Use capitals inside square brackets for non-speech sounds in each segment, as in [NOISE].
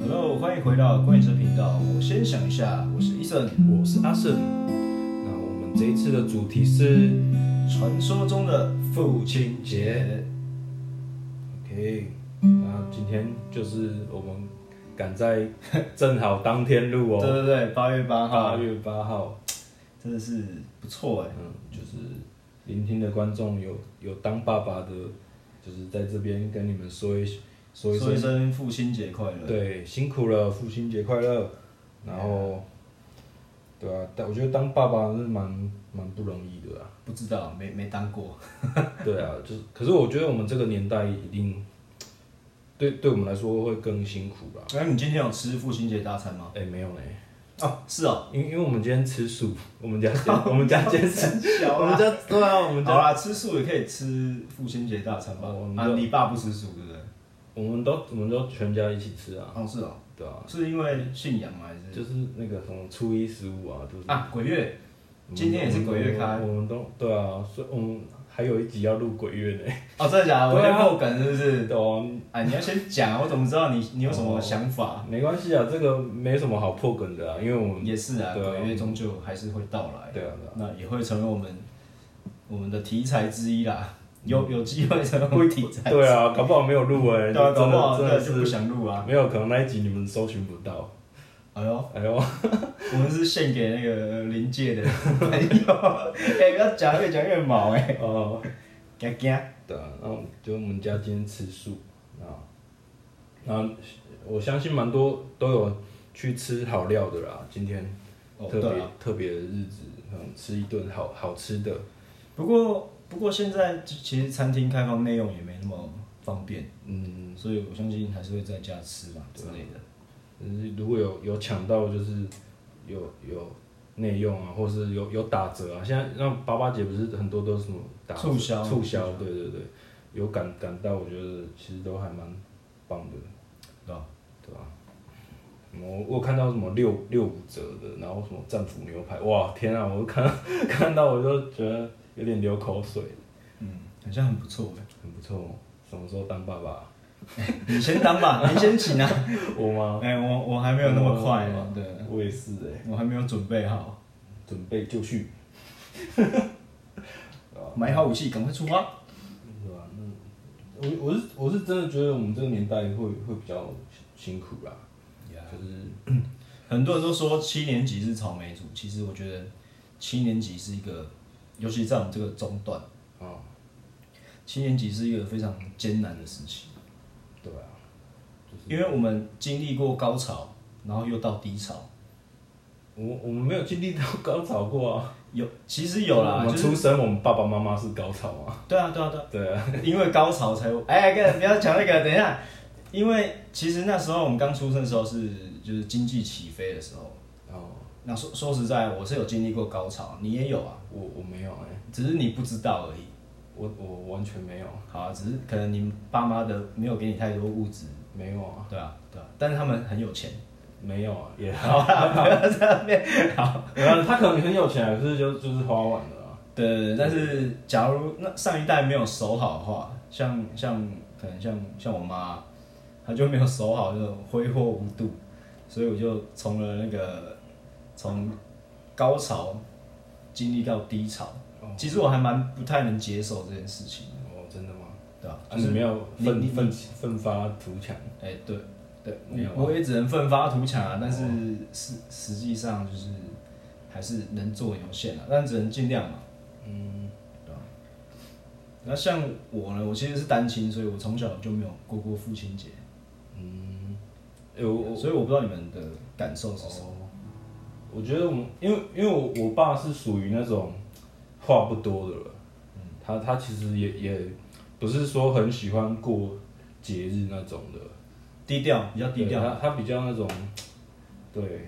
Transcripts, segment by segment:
Hello，欢迎回到关于这频道。我先想一下，我是医生。我是阿胜。那我们这一次的主题是传说中的父亲节， OK，那今天就是我们赶在正好当天录对哦，对对，八月八八号，月八号，真的是不错哎。嗯，就是聆听的观众有有当爸爸的，就是在这边跟你们说一说一说一声，声父亲节快乐。对，辛苦了，父亲节快乐。然后，对啊，但我觉得当爸爸是蛮蛮不容易的啊。不知道，没没当过。 [LAUGHS] 对啊，就是，可是我觉得我们这个年代一定，对对我们来说会更辛苦吧。那哎你今天有吃父亲节大餐吗？哎、没有呢，哦，是 [LAUGHS] 哦。因因为我们今天吃素，[LAUGHS] 我们家今天我们家今天吃，小我们啦家对啊，我们好家啦，吃素也可以吃父亲节大餐吧哦我？们啊，就你爸不吃素对不对？我们都我们都全家一起吃啊，哦，是哦，对啊，是因为信仰吗？还是就是那个什么初一十五啊，就是啊鬼月？我们今天也是鬼月开嗯我们都对啊，所以我们还有一集要录鬼月呢。 [LAUGHS] 哦哦，真的假的？我对就啊破梗是不是？懂、哎，你要先讲，我怎么知道你你有什哦么想法？没关系啊，这个没什么好破梗的啊，因为我们也是啊，对啊鬼月终究还是会到来，对啊对啊那也会成为我们我们的题材之一啦。嗯有有机会成为题材，对啊，搞不好没有录哎、 [LAUGHS] 对就啊，真搞不的好真那的就不是想录啊。没有，可能那一集你们搜寻不到。哎呦，哎呦，我们是献给那个临 [LAUGHS] 界的朋友，哎，不要讲越讲越毛哎， [LAUGHS] 哦，嘎嘎，对啊，然后就我们家今天吃素啊，然后我相信蛮多都有去吃好料的啦。今天哦特对别、啊，特别的日子，嗯，吃一顿好好吃的。不过不过现在其实餐厅开放内容也没那么方便，嗯，所以我相信还是会在家吃吧之类的。就是如果有有抢到，就是有有内用啊，或是有有打折啊。现在那八八节不是很多都是什么打折促销促销，对对对，有感感到，我觉得其实都还蛮棒的。对吧？对吧、我我有看到什么六六五折的，然后什么战斧牛排，哇天啊！我看看到我 [LAUGHS] 就觉得有点流口水，嗯，好像很不错哎。很不错。哦什么时候当爸爸？ [LAUGHS] 你先当 [LAUGHS] 吧，你先请啊。我吗？哎、我我还没有那么快我呢吗，对，我也是哎、我还没有准备好，准备就绪，买好武器，赶快出发。对吧、那我我是我是真的觉得我们这个年代会会比较辛苦啦，就是很多人都说七年级是草莓族，其实我觉得七年级是一个，尤其在我们这个中段，啊，七年级是一个非常艰难的时期，对啊，就是因为我们经历过高潮，然后又到低潮。我我们没有经历到高潮过啊，有，其实有我啦，们就是出生我们爸爸妈妈是高潮啊。对啊，对啊，对啊。对啊， [LAUGHS] 因为高潮才有哎，干不要讲那个，等一下，因为其实那时候我们刚出生的时候是就是经济起飞的时候，哦，那说说实在，我是有经历过高潮，你也有啊，我我没有哎、只是你不知道而已。我我完全没有，好啊，只是可能你爸妈的没有给你太多物质，没有啊，对啊，对啊，但是他们很有钱。没有啊，也 [LAUGHS] 好啦，不要在那边。好，没有啊，他可能很有钱，可是就就是花完了啊。对对对，但是假如那上一代没有守好的话，像像可能像像我妈，她就没有守好，就挥霍无度，所以我就从了那个从高潮经历到低潮。哦其实我还蛮不太能接受这件事情，哦，真的吗？对吧、就是没有你奋你奋奋发图强，哎、对对，没有啊我我也只能奋发图强啊，但是实实际上就是还是能做有限啊，但只能尽量嘛。啊嗯，那像我呢，我其实是单亲，所以我从小就没有过过父亲节，哎、我我所以我不知道你们的感受是什么。哦，我觉得我们因为因为我我爸是属于那种话不多的人，嗯他他其实也也不是说很喜欢过节日那种的，低调，比较低调，对他他比较那种，对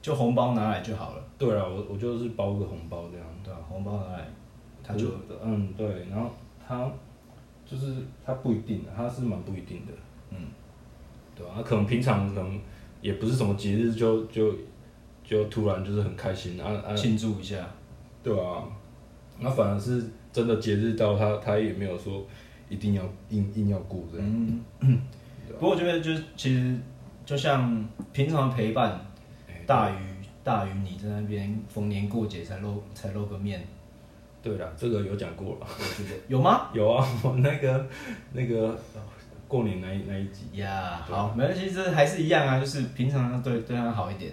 就红包拿来就好了，对啊，我我就是包个红包这样。对吧、红包拿来，他可是就嗯对，然后他就是他不一定的，他是蛮不一定的，嗯，对啊，他可能平常可能也不是什么节日就就就突然就是很开心啊啊，庆祝一下。对啊，那反而是真的节日到他他也没有说一定要硬硬要过这样，啊嗯，不过我觉得就是其实就像平常陪伴大于大于你在那边逢年过节才露才露个 [LAUGHS] 面，对了，这个有讲过了。 [LAUGHS] 我觉得有吗？有啊，我那个那个过年那一那一集，呀、好，没关系，这还是一样啊，就是平常要啊对对他好一点，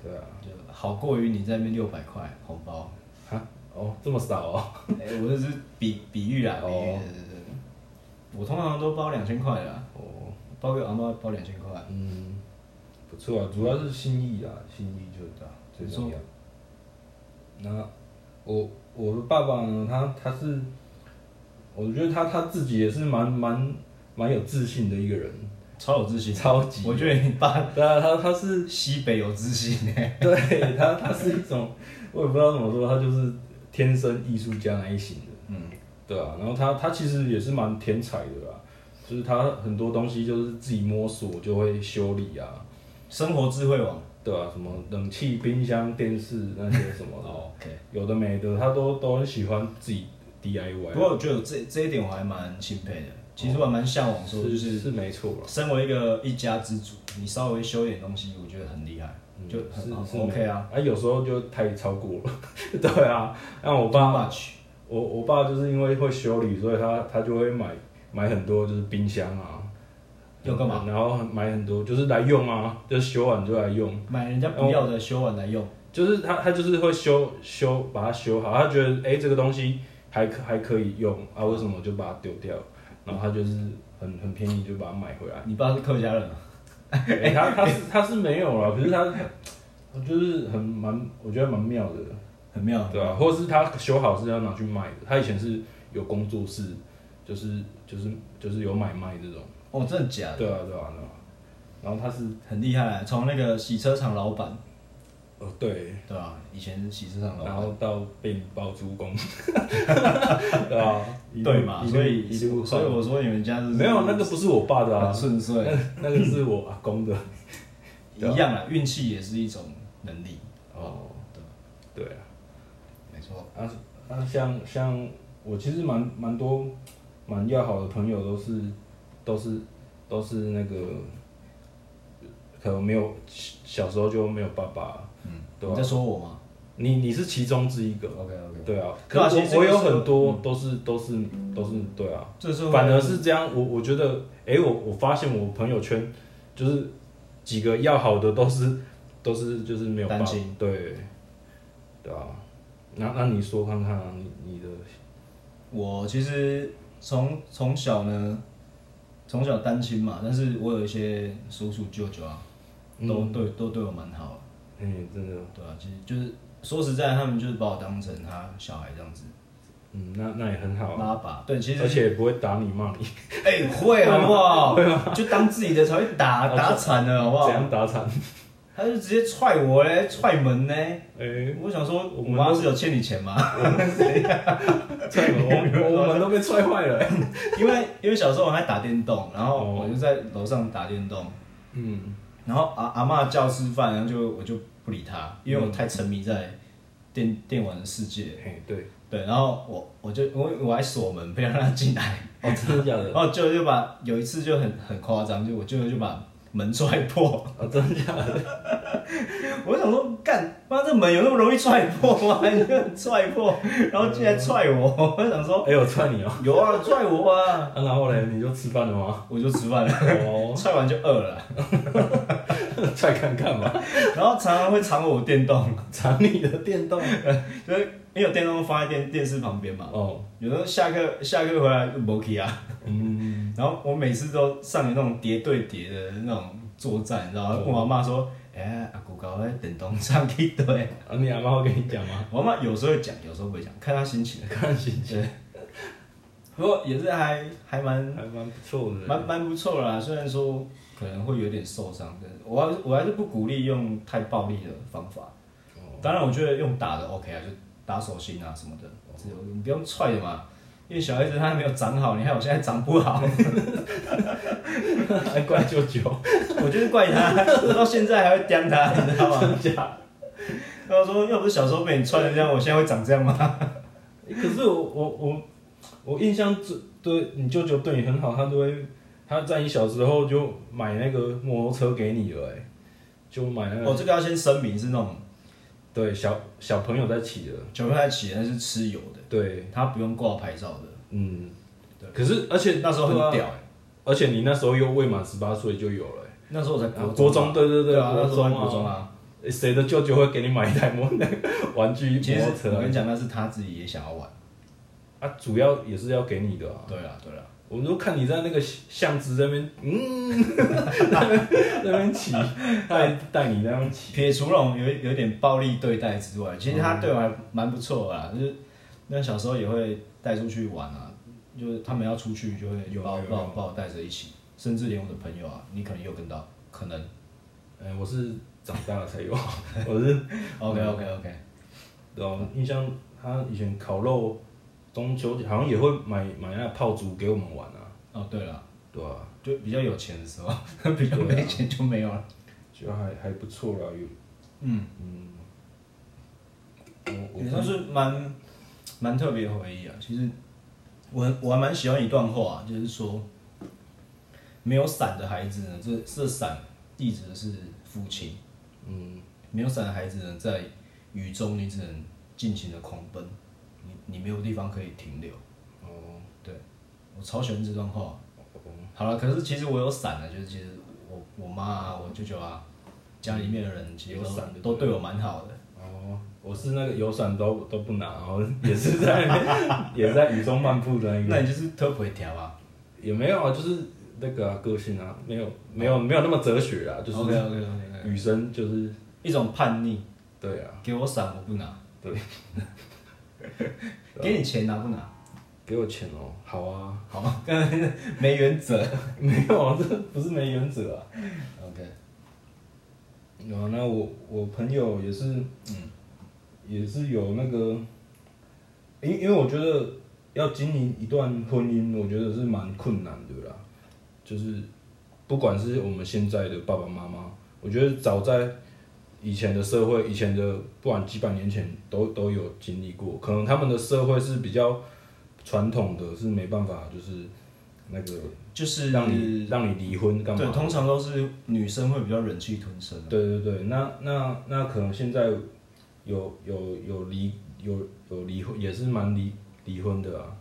对啊，就好过于你在那边六百块红 [LAUGHS] 包。哈，哦，这么少哦，哎、我这是比比喻啊啦，比喻。哦对对对我通常都包两千块的啦，哦，包给阿妈包两千块，嗯，不错啊，主要是心意啊，心意就是大最重要。那我我的爸爸呢，他他是，我觉得他他自己也是蛮蛮蛮有自信的一个人，超有自信。超级。我觉得你爸对啊，他他是西北有自信哎、对他，他是一种，我也不知道怎么说，他就是天生艺术家那一型的，嗯，对啊，然后他他其实也是蛮天才的啦，就是他很多东西就是自己摸索就会修理啊，生活智慧网。对啊，什么冷气、冰箱、电视那些什么的，哦 OK。有的没的，他都都很喜欢自己 DIY，不过我觉得这这一点我还蛮钦佩的，其实我还蛮向往说，就是是没错啦，身为一个一家之主，你稍微修一点东西，我觉得很厉害，嗯就是很好是 OK 啊。啊，有时候就太超过了， [LAUGHS] 对啊，那我爸 Too much 我我爸就是因为会修理，所以他他就会买买很多就是冰箱啊，要干嘛？然后买很多就是来用啊，就修完就来用，买人家不要的修完来用，就是他他就是会修修把它修好，他觉得哎、诶这个东西还可还可以用啊，为什么就把它丢掉？然后他就是很很便宜就把它买 [LAUGHS] 回来。你爸是客家人吗？啊哎、他他是他是没有了，啊可是他他就是很蛮我觉得蛮妙的。很妙，对啊，或者是他修好是要拿去卖的。他以前是有工作室，就是就是就是有买卖这种。哦，真的假的？对啊，对啊，对啊。然后他是很厉害啊，从那个洗车场老板，哦对，对吧、啊以前是洗车场老然板，后到被你包租公， [LAUGHS] 对啊，一路对嘛？一路所以一路所以我说你们家是没有那个不是我爸的啊很，顺遂，那个是我阿公的。一对啊样啊，运气也是一种能力，哦，对啊。没错，啊啊，像像我其实蛮蛮多蛮要好的朋友都是都是都是那个，可能没有小时候就没有爸爸，嗯，对你啊在说我吗你你是其中之一个， ？OK OK，对啊，对啊可是其实我我这个有是很多都是都是都是对啊，这是反而是这样，我我觉得，诶，我我发现我朋友圈就是几个要好的都是都是就是没有爸单亲，对，对啊，那那你说看看啊，你你的我其实从从小呢，从小单亲嘛，但是我有一些叔叔舅舅啊，都对、都对我蛮好的。嗯，真的，对啊，其实就是说实在，他们就是把我当成他小孩这样子嗯，那那也很好啊，拉拔。对，其实而且也不会打你骂你，哎、会好不 [LAUGHS] 好？就当自己的才会打啊打惨了，好不怎好？样打惨？他就直接踹我嘞，踹门嘞。 [LAUGHS] 哎，我想说，我我们妈是有欠你钱吗？ [LAUGHS] 踹我我我们都被踹 [LAUGHS] 坏了，因为因为小时候我还打电动，然后哦我就在楼上打电动，嗯，然后阿阿嬷叫吃饭，然后就我就不理她，因为我太沉迷在电电玩的世界。嘿，对，对，然后我我就我我还锁门，不要让她进来。哦，真的假的然？后舅舅就把有一次就很很夸张，就我舅舅就把门踹破。哦，真的假的？我想说，干妈这门有那么容易踹破吗？你就踹破，然后竟然踹我，我想说哎，我踹你哦，有啊，踹我啊，啊然后嘞，你就吃饭了 [LAUGHS] 吗？我就吃饭了，哦， [LAUGHS] 踹完就饿了，踹看看嘛，然后常常会藏我电动，藏你的电动。就是因为有电动放在电电视旁边嘛，哦，有时候下课下课回来就没去啊，嗯，然后我每次都上演那种叠对叠的那种作战，然后问我妈说，哎、阿姑搞在电动上去对。 [LAUGHS] 啊，你阿妈会跟你讲吗？ [LAUGHS] 我妈有时候会讲，有时候不会讲，看她心情。看心情，不过也是还还蛮还蛮不错的。蛮蛮不错啦，虽然说可能会有点受伤，但是我还是我还是不鼓励用太暴力的方法。哦当然，我觉得用打的 OK 啊，就打手心啊什么的，只有你不用踹的嘛。因为小孩子他还没有长好，你看我现在长不好， [LAUGHS] [LAUGHS] 还怪舅舅，我就是怪他，我到现在还会刁他，你知道吗？他说：“要不是小时候被你踹成这样，我现在会长这样吗哎可是我我我我印象最对你舅舅对你很好，他都会他在你小时候就买那个摩托车给你了、欸，哎，就买那个、哦，这个要先声明是那种对小小朋友在骑的，九块起那是吃油的，对，它不用挂牌照的。嗯，对可是而且那时候很对啊屌、欸，而且你那时候又未满十八岁就有了、欸那时候我才啊国国中中，啊，对对对啊，那国时候中才国中啊。欸谁的舅舅会给你买一台摩那个玩具其摩实托车我跟啊你讲，那是他自己也想要玩。啊？主要也是要给你的啊。对啦，对啦，我就看你在那个巷子那边，嗯，在那边骑，带带你那样骑。撇除那种有有点暴力对待之外，其实他对我还蛮不错的啦。就是那小时候也会带出去玩啊，就是他们要出去就会有把我有把我有把我带着一起，甚至连我的朋友啊，你可能有跟到，可 [LAUGHS] 能。哎、我是长大了才有，我是 OK OK OK，哦，印象他以前烤肉，中秋好像也会买买那炮竹给我们玩啊，哦对啊了，对啊吧、就比较有钱的时 [LAUGHS] 候，比较没钱就没有了。觉得还还不错啦，有嗯，嗯，我也我算是蛮蛮特别的回忆啊。其实我我还蛮喜欢一段话、啊就是说没有伞的孩子呢，这这伞意指的是父亲。嗯没有伞的孩子呢，在雨中你只能尽情的狂奔，你你没有地方可以停留。哦对，我超喜欢这段话。哦好了，可是其实我有伞的，就是其实我我妈啊，我舅舅啊，家里面的人其实有都伞的都对我蛮好的。哦，我是那个有伞都都不拿，然后也是在也在 [LAUGHS] 雨中漫步的那那个，你就是特不会调啊。也没有啊，就是那个、啊、个性啊，没有没有没有那么哲学啊，就是 OK OK OK，女生就是一种叛逆，对啊，给我伞我不拿，对， [LAUGHS] 给你钱拿不拿？给我钱哦，好啊。 [LAUGHS] 好，刚才没原则。没有啊，这不是没原则啊。 OK，有啊，那我我朋友也是，嗯，也是有那个，因因为我觉得要经营一段婚姻，我觉得是蛮困难的啦。就是不管是我们现在的爸爸妈妈，我觉得早在以前的社会，以前的不管几百年前都都有经历过，可能他们的社会是比较传统的，是没办法就是那个就是让你让你离婚干嘛对，？通常都是女生会比较忍气吞声。对对对，那那那可能现在有有有离有有离婚，也是蛮离离婚的啊。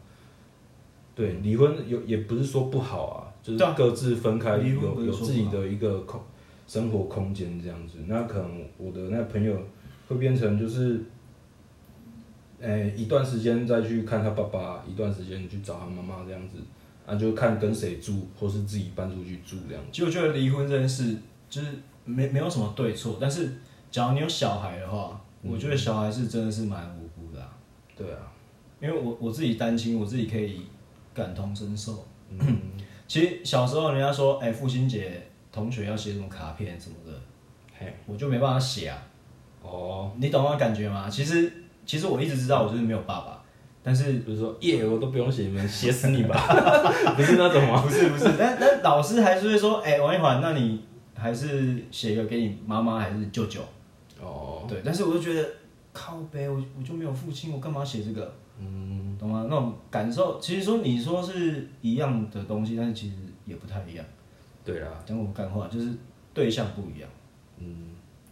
对，离婚有也不是说不好啊，就是对啊各自分开，离婚不是有有说不自己的一个空生活空间这样子。那可能我的那朋友会变成就是，呃、一段时间再去看他爸爸，一段时间去找他妈妈这样子，啊，就看跟谁住，或是自己搬出去住这样。其实我觉得离婚这件事就是没没有什么对错，但是假如你有小孩的话，嗯我觉得小孩是真的是蛮无辜的啊、对啊，因为我我自己单亲，我自己可以感同身受。 [CLEARS THROAT] 嗯，其实小时候人家说，哎、父亲节同学要写什么卡片什么的，嘿，哎我就没办法写啊，哦。你懂那感觉吗？其实其实我一直知道我就是没有爸爸，但是就是说耶，我都不用写，你们写死你 [LAUGHS] 吧，不是那种吗？不是不是，但但老师还是会说，哎、王一环，那你还是写一个给你妈妈还是舅舅。哦，对，但是我就觉得靠背，我我就没有父亲，我干嘛写这个？嗯，懂吗？那种感受，其实说你说是一样的东西，但是其实也不太一样。对啦，讲我干话，就是对象不一样，嗯，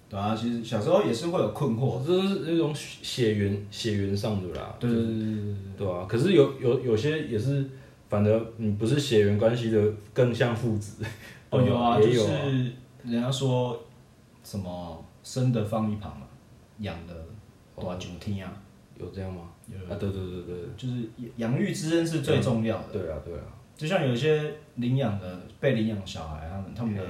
对啊。其实小时候也是会有困惑，我这是那种血缘血缘上的啦，对对对对对对啊，可是有有有些也是，反正你不是血缘关系的，更像父子，哦有 [LAUGHS] 啊，就也有是啊，人家说什么生的放一旁嘛，养的多久天啊，有这样吗？有啊，对对对对，就是养育之恩是最重要的。对啊对啊，就像有些领养的被领养的小孩，他们他们的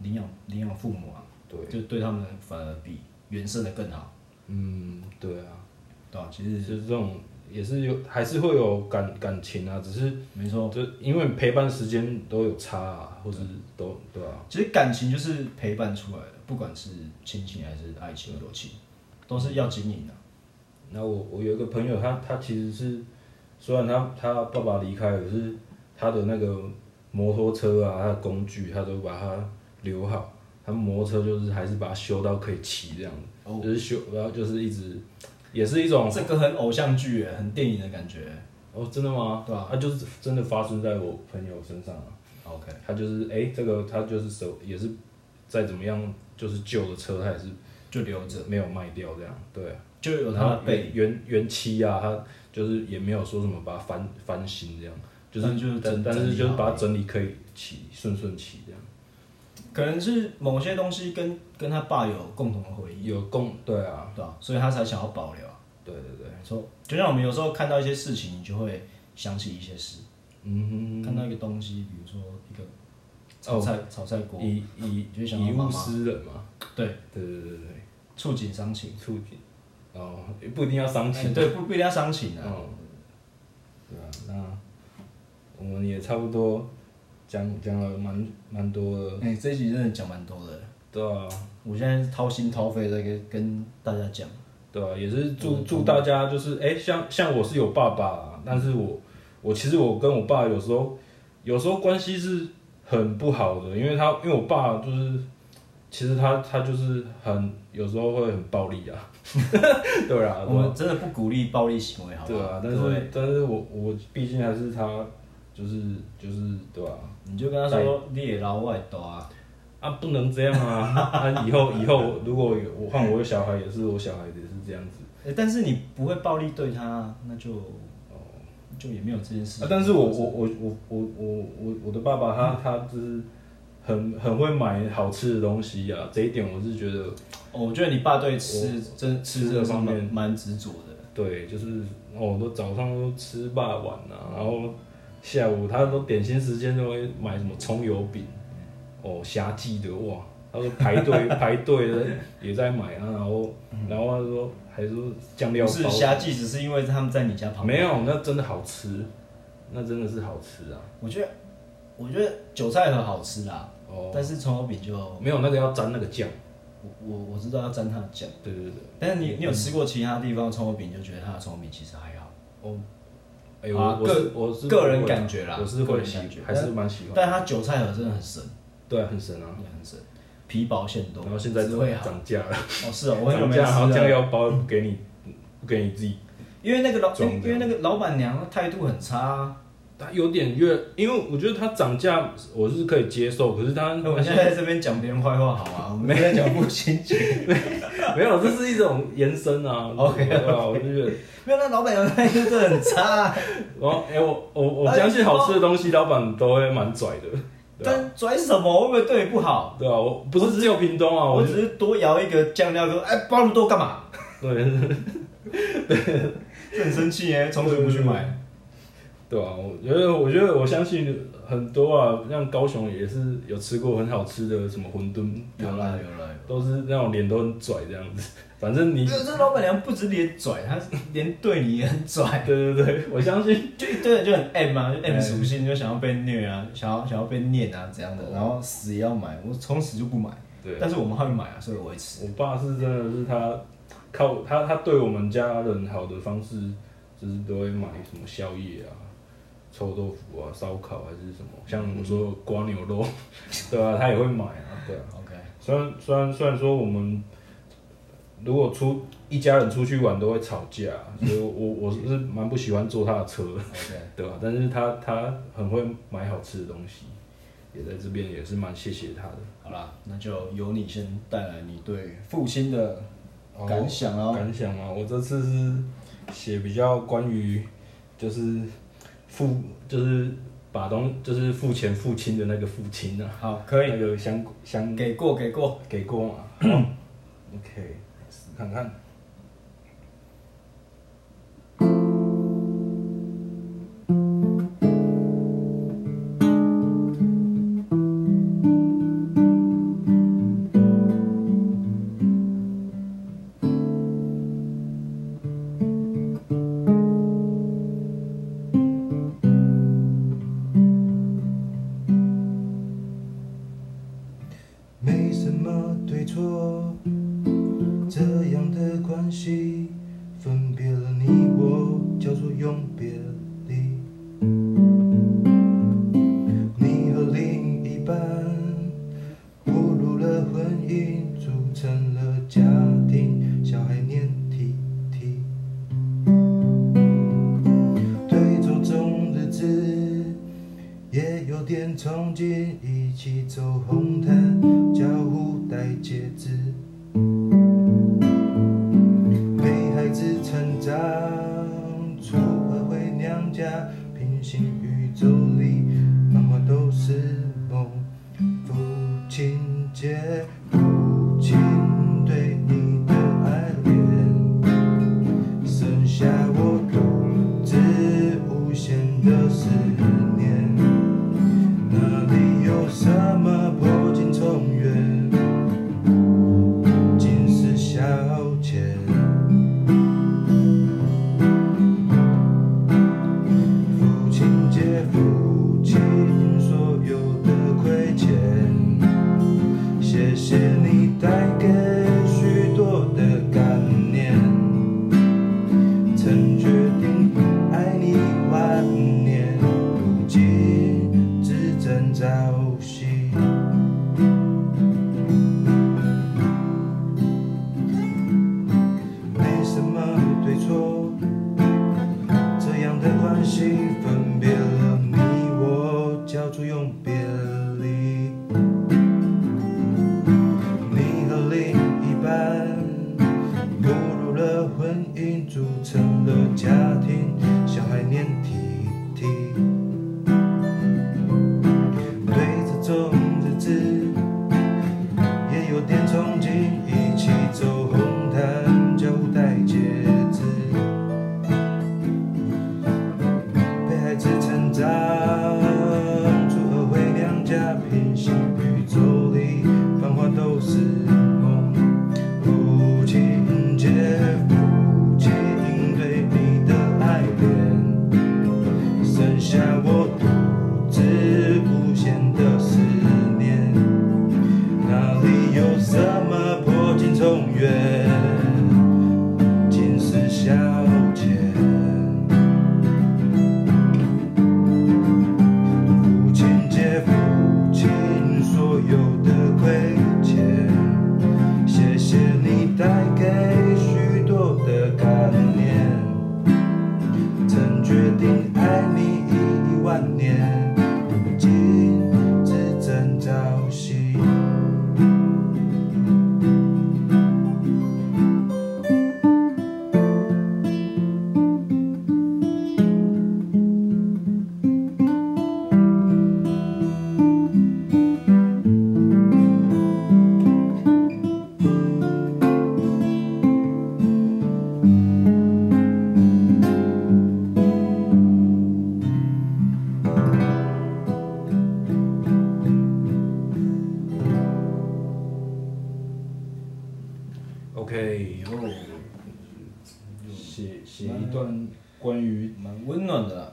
领养领养父母啊，对，就对他们反而比原生的更好，嗯，对啊，对吧、其实就是这种也是有，还是会有感感情啊，只是没错，就因为陪伴时间都有差啊，或是都对啊。其实感情就是陪伴出来的，不管是亲情还是爱情、友情，都是要经营的、那我我有一个朋友，他他其实是，虽然他他爸爸离开了，可是他的那个摩托车啊，他的工具，他都把它留好。他摩托车就是还是把它修到可以骑这样子，哦就是修，然后就是一直，也是一种这个很偶像剧耶，很电影的感觉。哦，真的吗？对啊，啊，就是真的发生在我朋友身上啊。 OK，他就是哎、这个他就是手也是再怎么样就是旧的车，他也是就留着，没有卖掉这样，对啊、就有然它的后背原原原漆啊，他就是也没有说什么把它翻翻新这样，就是但就是但整但整是理就是好把它而已整理可以骑顺顺骑这样，可能是某些东西跟跟他爸有共同的回忆，哦有共对啊，对吧、所以他才想要保留啊。对对对，没错，就像我们有时候看到一些事情，你就会想起一些事。嗯看到一个东西，比如说一个炒哦菜、炒菜锅，以以你就想到以妈物妈思人嘛，对，对对对对触景伤情。对，触景，哦，不一定要伤哎情，对，不不一定要伤情啊。嗯，对啊，那我们也差不多讲讲了蛮蛮多的，哎、这一集真的讲蛮多的，对啊，我现在是掏心掏肺的跟跟大家讲，对啊，也是祝祝大家就是哎、像像我是有爸爸啊、但是我我其实我跟我爸有时候有时候关系是很不好的，因为他因为我爸就是其实他他就是很有时候会很暴力啊， [LAUGHS] 对啊，我们真的不鼓励暴力行为，好不对好？啊，但是各位但是我我毕竟还是他就是就是对啊。你就跟他说，你也老外多啊，啊，不能这样啊！ [LAUGHS] 啊，以后以后如果有我换我有小孩，也是我小孩也是这样子。哎但是你不会暴力对他，那就就也没有这件事嗯啊，。但是我我我我我我我我的爸爸他他就是很很会买好吃的东西啊，这一点我是觉得哦我觉得你爸对吃真吃这个方面吃蛮执着的，对，就是哦，我都早上都吃霸碗啊，然后下午他都点心时间都会买什么葱油饼，哦，虾记的哇，他说排 [LAUGHS] 队排队的也在买啊，然后然后他说还说酱料嗯不是包瞎记，只是因为他们在你家旁边。没有，那真的好吃，那真的是好吃啊！我觉得我觉得韭菜很好吃啦，哦，但是葱油饼就我没有那个要沾那个酱，我我知道要沾它的酱，对对对，但是你你有吃过其他地方的葱油饼，就觉得它的葱油饼其实还好，哦，哎呦，啊我个是我是个人会感觉啦我个是会人喜感觉，还是蛮喜欢，但它韭菜盒真的很神，对啊，很神啊。真的很神，皮薄馅多，然后现在滋味好。涨价 [LAUGHS] 了，哦，是哦，我很久涨没价，吃然后酱了，料包不给你，不给你自己，因为那个老装的因为那个老板娘态度很差啊，它有点越，因为我觉得它涨价我是可以接受，可是 [LAUGHS] 它那我现在在这边讲别人坏话好吗？我们在讲不亲情，没有，这是一种延伸啊。 [LAUGHS] OK，OK 对吧？我就觉得，没有，那老板娘态度真的很差 [LAUGHS] 啊，然后哎，哦我我我相信好吃的东西，老板都会蛮拽的，对吧？但拽什么会不会对你不好？对啊，我不是只有屏东啊，哦我我只是多摇一个酱料，说哎包那么多干嘛？对。这很生气耶，从此不去买。对啊，我觉得，我觉得，我相信很多啊，像高雄也是有吃过很好吃的什么馄饨，有啦有啦都是那种脸都很拽这样子。 [LAUGHS] 反正你有，，这老板娘不止脸拽，她连对你也很拽，对对对，我相信，就一堆人就很 M 啊，就 M 哎属性，就想要被虐啊，想要想要被念啊，怎样的，然后死也要买，我从此就不买。对，但是我妈会买啊，所以我会吃。我爸是真的是他靠他他对我们家人好的方式，就是都会买什么宵夜啊、臭豆腐啊、烧烤还是什么，像我说的瓜牛肉， [LAUGHS] 对啊，他也会买啊，对啊。 OK，虽然虽然虽然说我们如果出一家人出去玩都会吵架，所以我我是蛮不喜欢坐他的 [LAUGHS] 车， OK，对吧、但是他他很会买好吃的东西，也在这边也是蛮谢谢他的。好啦，那就由你先带来你对父亲的感想啊。感想嘛，我这次是写比较关于就是父就是把东就是付钱父亲的那个父亲啊，好，可以，那个相相给过给过。给过 [COUGHS] 嘛。OK，看看。没什么对错，这样的关系分别了你我，叫做永别离。你和另一半误入了婚姻，组成了家庭，小孩黏 T T。对这种日子也有点憧憬，手红毯，江湖戴戒指，陪孩子成长。初二回娘家，平行宇宙里，妈妈都是梦。父亲节，父亲对你的爱恋，剩下我独自无限的思念。哪里有什么破镜重圆，尽是消遣。父亲节，父亲所有的亏欠，谢谢你带给许多的感念，曾决定爱你万年，如今只争朝夕。没什么对错。这样的关系分别了你我，叫做永别离。你和另一半步入了婚姻，组成了家庭，小孩黏 T T。对这种日子也有点憧憬，一起走红毯，交互戴戒指。陪孩子成长。初二回娘家，平行宇宙里，繁华都是梦。父亲节，父亲对你的爱恋，剩下我独自无限的思念。哪里有什么破镜重圆，尽是消遣。父亲节，父亲所有的亏欠，谢谢你带给许多的感念，曾决定爱你一万年，如今只争朝夕。 OK，哦，写写一段关于蛮温暖的啦。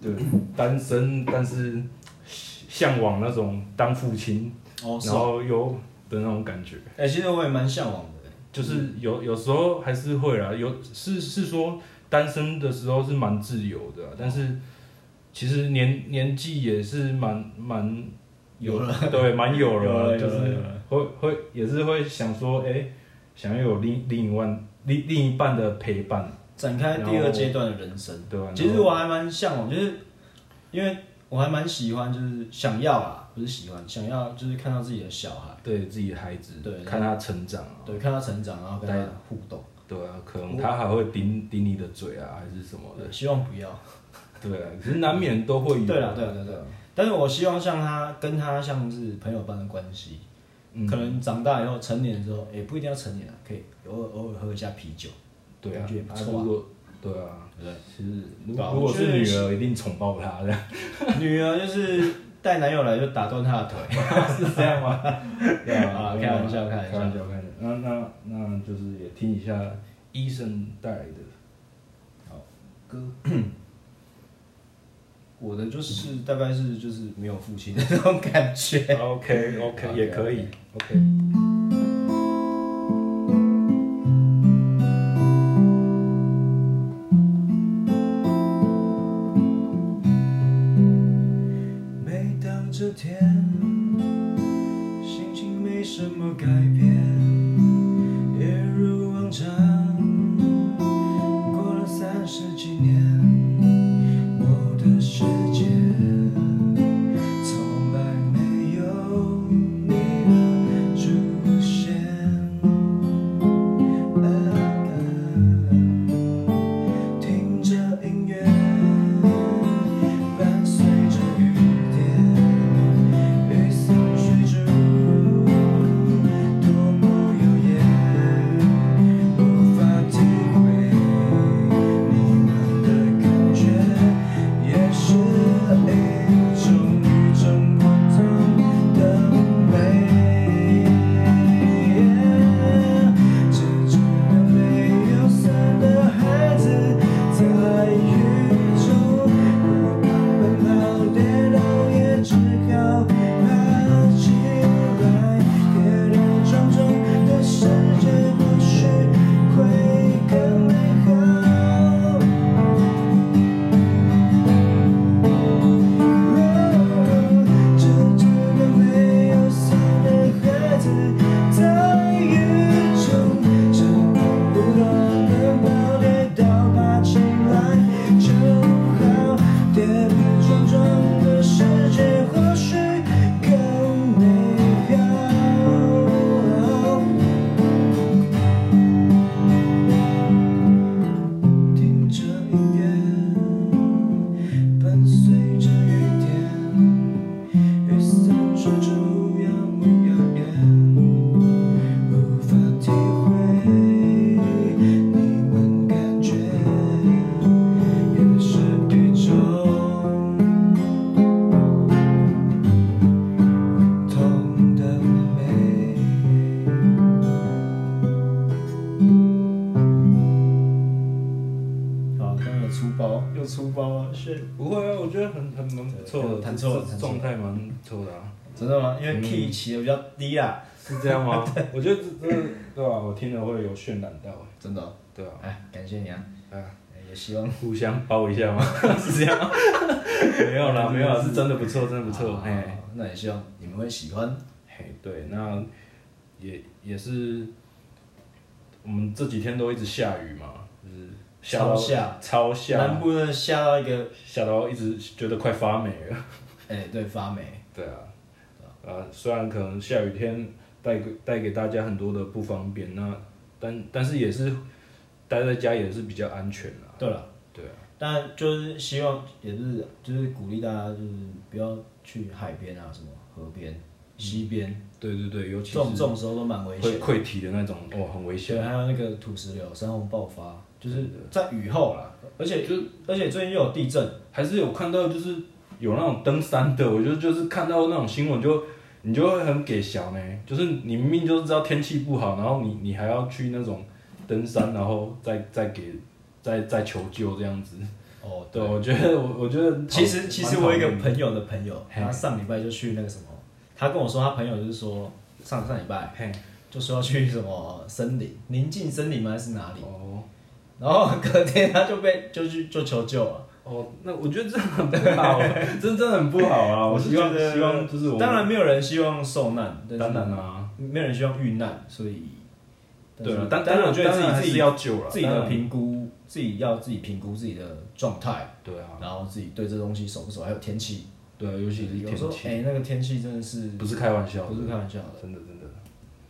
对单身，但是向往那种当父亲，哦然后又的那种感觉，哎、其实我也蛮向往的、就是嗯有有时候还是会啦，有是是说单身的时候是蛮自由的啊、但是其实年年纪也是蛮蛮 [LAUGHS] 有了，对，蛮有有了了，啊有就了是有了会会也是会想说，哎、想要有另另一半另另一半的陪伴，展开第然二后阶段的人生。对吧、其实然后我还蛮向往，就是因为我还蛮喜欢，就是想要啊，不是喜欢，想要就是看到自己的小孩，对自己的孩子，对看他成长啊，对，看他成长，然后跟他对互动。对啊，可能他还会顶顶你的嘴啊，还是什么的，对，希望不要。对啊，可是难免都会有。对啦对啦对啦对啊，但是我希望像他跟他像是朋友般的关系，嗯可能长大以后成年之后，也、不一定要成年啊，可以偶尔偶尔喝一下啤酒，对啊感觉也不，啊错啊如果对啊，对不对？其实如对啊如我果觉得是女儿，一定宠爆他的， [LAUGHS] 女儿就是带男友来就打断他的 [LAUGHS] 腿，是这样吗？对啊 [LAUGHS] 开玩笑开玩笑开玩笑，开玩笑。那那那就是也听一下医生带来的。哥。我的就是大概是就是没有父亲的那种感觉， OK [LAUGHS] OK 也可以 OK。每当这天，心情没什么改变，一如往常。过了三十几年，我的世界从来没有嗯 shit，不会啊，我觉得很很蛮不错的，弹错了这弹错了状态蛮不错的啊，真的吗？因为嗯 key 起的比较低啦，是这样吗？ [LAUGHS] 我觉得这这对吧、我听了会有渲染到，欸真的哦。对吧、哎，感谢你啊，啊，哎也希望互相包一下吗？ [LAUGHS] 是这样吗？没有啦，没有啦，是真的不错，真的不错，哎、哎，那也希望你们会喜欢。嘿，对，那也也是，我们这几天都一直下雨嘛，就是下到超下超南下，部真的下到一个，下到一直觉得快发霉了。哎，对，发霉，对啊，啊，虽然可能下雨天带给带给大家很多的不方便，那但但是也是待在家也是比较安全啦。对了，对啊，但就是希望也是就是鼓励大家就是不要去海边啊，什么河边、溪边，对对对，尤其这是种这种时候都蛮危险会的。溃体的那种，哦，很危对，险。还有那个土石流、山洪爆发，就是在雨后啦，而且就而且最近又有地震，还是有看到就是有那种登山的，我就就是看到那种新闻就你就会很给小呢，就是你明明就知道天气不好，然后你你还要去那种登山，然后再再给再再求救这样子。哦，对，我觉得我我觉得其实其实我有一个朋友的朋友，嘿他上礼拜就去那个什么，他跟我说他朋友就是说上上礼拜嘿就说要去什么森林，临近森林吗还是哪里？哦然后隔天他就被 [LAUGHS] 就去就求救了。哦，那我觉得这很不好， [LAUGHS] 这真的很不好啊！我是希望觉得希望就是我当然没有人希望受难，但是当然啊，没有人希望遇难，所以对啊，但但是当然我觉得当然还自己自是己要救了自己的平评估，自己要自己评估自己的状态，对啊然后自己对这东西熟不熟，还有天气。对啊，尤其是有天时候气，哎、那个天气真的是不是开玩笑的，不是开玩笑的。真的真的，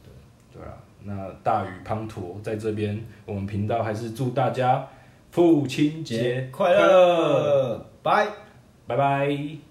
对对啊，那大雨滂沱在这边，我们频道还是祝大家父亲节节快，乐，拜。拜拜。